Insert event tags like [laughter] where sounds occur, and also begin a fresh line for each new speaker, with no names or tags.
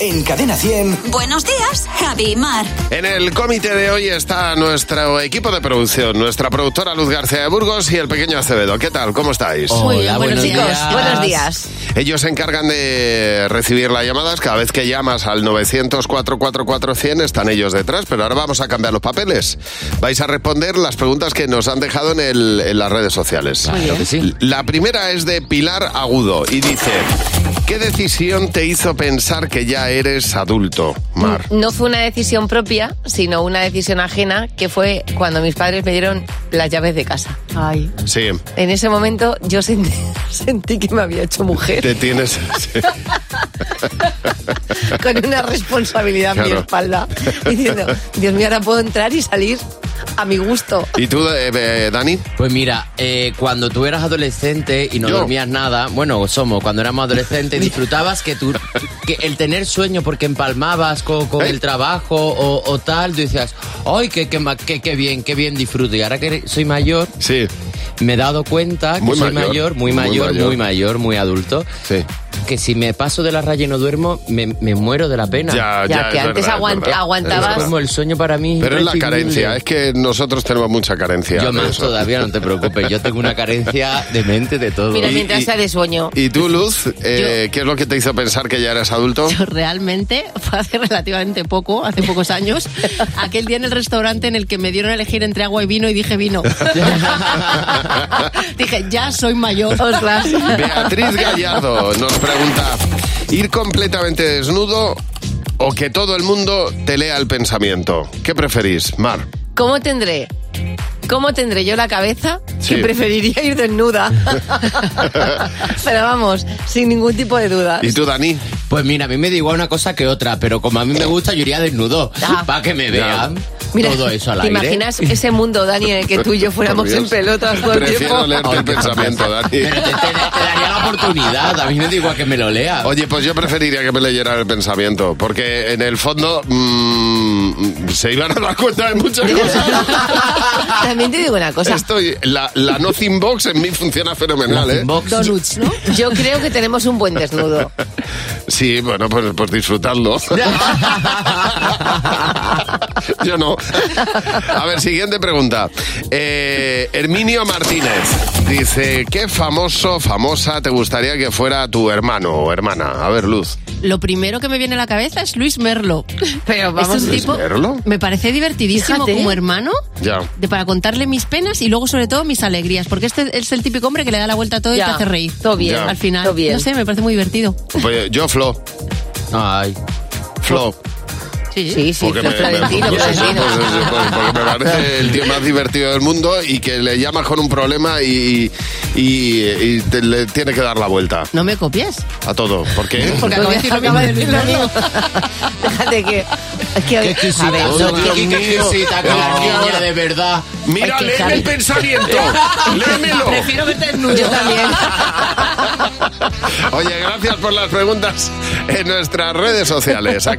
En Cadena 100.
Buenos días, Javi y Mar.
En el comité de hoy está nuestro equipo de producción, nuestra productora Luz García de Burgos y el pequeño Acevedo. ¿Qué tal? ¿Cómo estáis?
Muy bien, buenos días.
Buenos días.
Ellos se encargan de recibir las llamadas. Cada vez que llamas al 900-444-100 están ellos detrás, pero ahora vamos a cambiar los papeles. Vais a responder las preguntas que nos han dejado en, el- en las redes sociales. La primera es de Pilar Agudo y dice, ¿qué decisión te hizo pensar que ya eres adulto, Mar?
No fue una decisión propia, sino una decisión ajena, que fue cuando mis padres me dieron las llaves de casa. Ay.
Sí.
En ese momento yo sentí, [laughs] sentí que me había hecho mujer,
Te tienes... sí.
[laughs] con
[laughs]
una responsabilidad en
Claro.
mi espalda, diciendo, Dios mío, ahora puedo entrar y salir a mi gusto.
¿Y tú, eh, eh, Dani?
Pues mira, eh, cuando tú eras adolescente y no
Yo.
dormías nada, bueno, somos, cuando
[laughs]
éramos adolescentes disfrutabas que tú, que el tener sueño porque empalmabas co- con,
¿Eh?
el trabajo o, o tal, tú decías, ay, qué, qué, ma- qué- qué bien, qué bien disfruto. Y ahora que soy mayor,
Sí.
me he dado cuenta que
Muy
soy
mayor,
mayor, muy
muy
mayor,
mayor.
muy mayor, muy adulto,
Sí.
que si me paso de la raya y no duermo, me, me muero de la pena.
Ya,
Ya,
ya,
que
es
antes
verdad, es
aguant-
verdad, es
aguantabas.
verdad.
Como el sueño para mí.
Pero es la
imprescindible.
carencia, es que nosotros tenemos mucha carencia.
Yo
de
más
eso.
todavía, no te preocupes. Yo tengo una carencia de mente de todo.
Mira,
Y-
mientras
y-
sea de sueño.
¿Y tú, Luz, eh, qué es lo que te hizo pensar que ya eras adulto?
Yo realmente [laughs] fue hace relativamente poco, hace pocos años,
[laughs]
aquel día en el restaurante en el que me dieron a elegir entre agua y vino y
[laughs]
dije vino. [laughs] dije, ya soy mayor.
Ostras. [laughs]
Beatriz Gallardo nos pregunta, ¿ir completamente desnudo o que todo el mundo te lea el pensamiento? ¿Qué preferís, Mar?
¿Cómo tendré? ¿Cómo tendré yo la cabeza?
Sí.
Que preferiría
[laughs]
ir desnuda. [laughs] Pero vamos, sin ningún tipo de duda.
¿Y tú, Dani?
Pues mira, a mí me da igual una cosa que otra, pero como a mí me gusta, yo iría desnudo.
Ah.
Para que me vean
Mira,
todo eso al
¿Te
aire.
imaginas ese mundo, Dani, en el Eh, que tú y yo fuéramos
Por Dios.
en pelotas todo el
Prefiero
tiempo?
leerte el pensamiento, Dani.
Pero te, te- te daría la oportunidad, a mí no te igual que me lo lea.
Oye, pues yo preferiría que me leyeran el pensamiento, porque en el fondo mm, se iban a dar cuenta de muchas cosas.
[laughs] [laughs] También te digo una cosa.
Estoy, la, la Nothing Box en mí funciona fenomenal, ¿eh?
Box.
Donuts, ¿no?
Yo creo que tenemos un buen desnudo.
Sí, bueno, pues, pues disfrutadlo. [laughs] Yo no. A ver, siguiente pregunta. Eh, Herminio Martínez dice, ¿qué famoso, famosa te gustaría que fuera tu hermano o hermana? A ver, Luz.
Lo primero que me viene a la cabeza es Luis Merlo. [laughs]
Pero
Es
vamos,
un
¿Luis
tipo,
Merlo?
me parece divertidísimo
Fíjate.
como hermano.
Ya.
De para contarle mis penas y luego sobre todo mis alegrías, porque este es el típico hombre que le da la vuelta a todo
Ya,
y te hace reír.
todo bien,
Ya.
Al final,
todo bien.
no sé, me parece muy divertido.
Pues yo, Flo.
Ay.
Flo.
sí, sí,
Porque me, me-
Florentino,
pues eso,
Florentino.
pues eso, pues- porque me parece el tío más divertido del mundo y que le llamas con un problema y, y- y te- le tiene que dar la vuelta
No me copies.
a todo. ¿Por qué?
Porque acabo de decir lo
[laughs]
mismo de Luis Merlo.
Fíjate que... que-
Qué
a ver,
exquisita,
no, Dios
qué
mío.
exquisita con la
No.
niña, de verdad.
Mira,
Ay, qué
léeme
Javi.
el pensamiento. Léemelo.
Prefiero verte desnudo.
yo también.
Oye, gracias por las preguntas en nuestras redes sociales. Aquí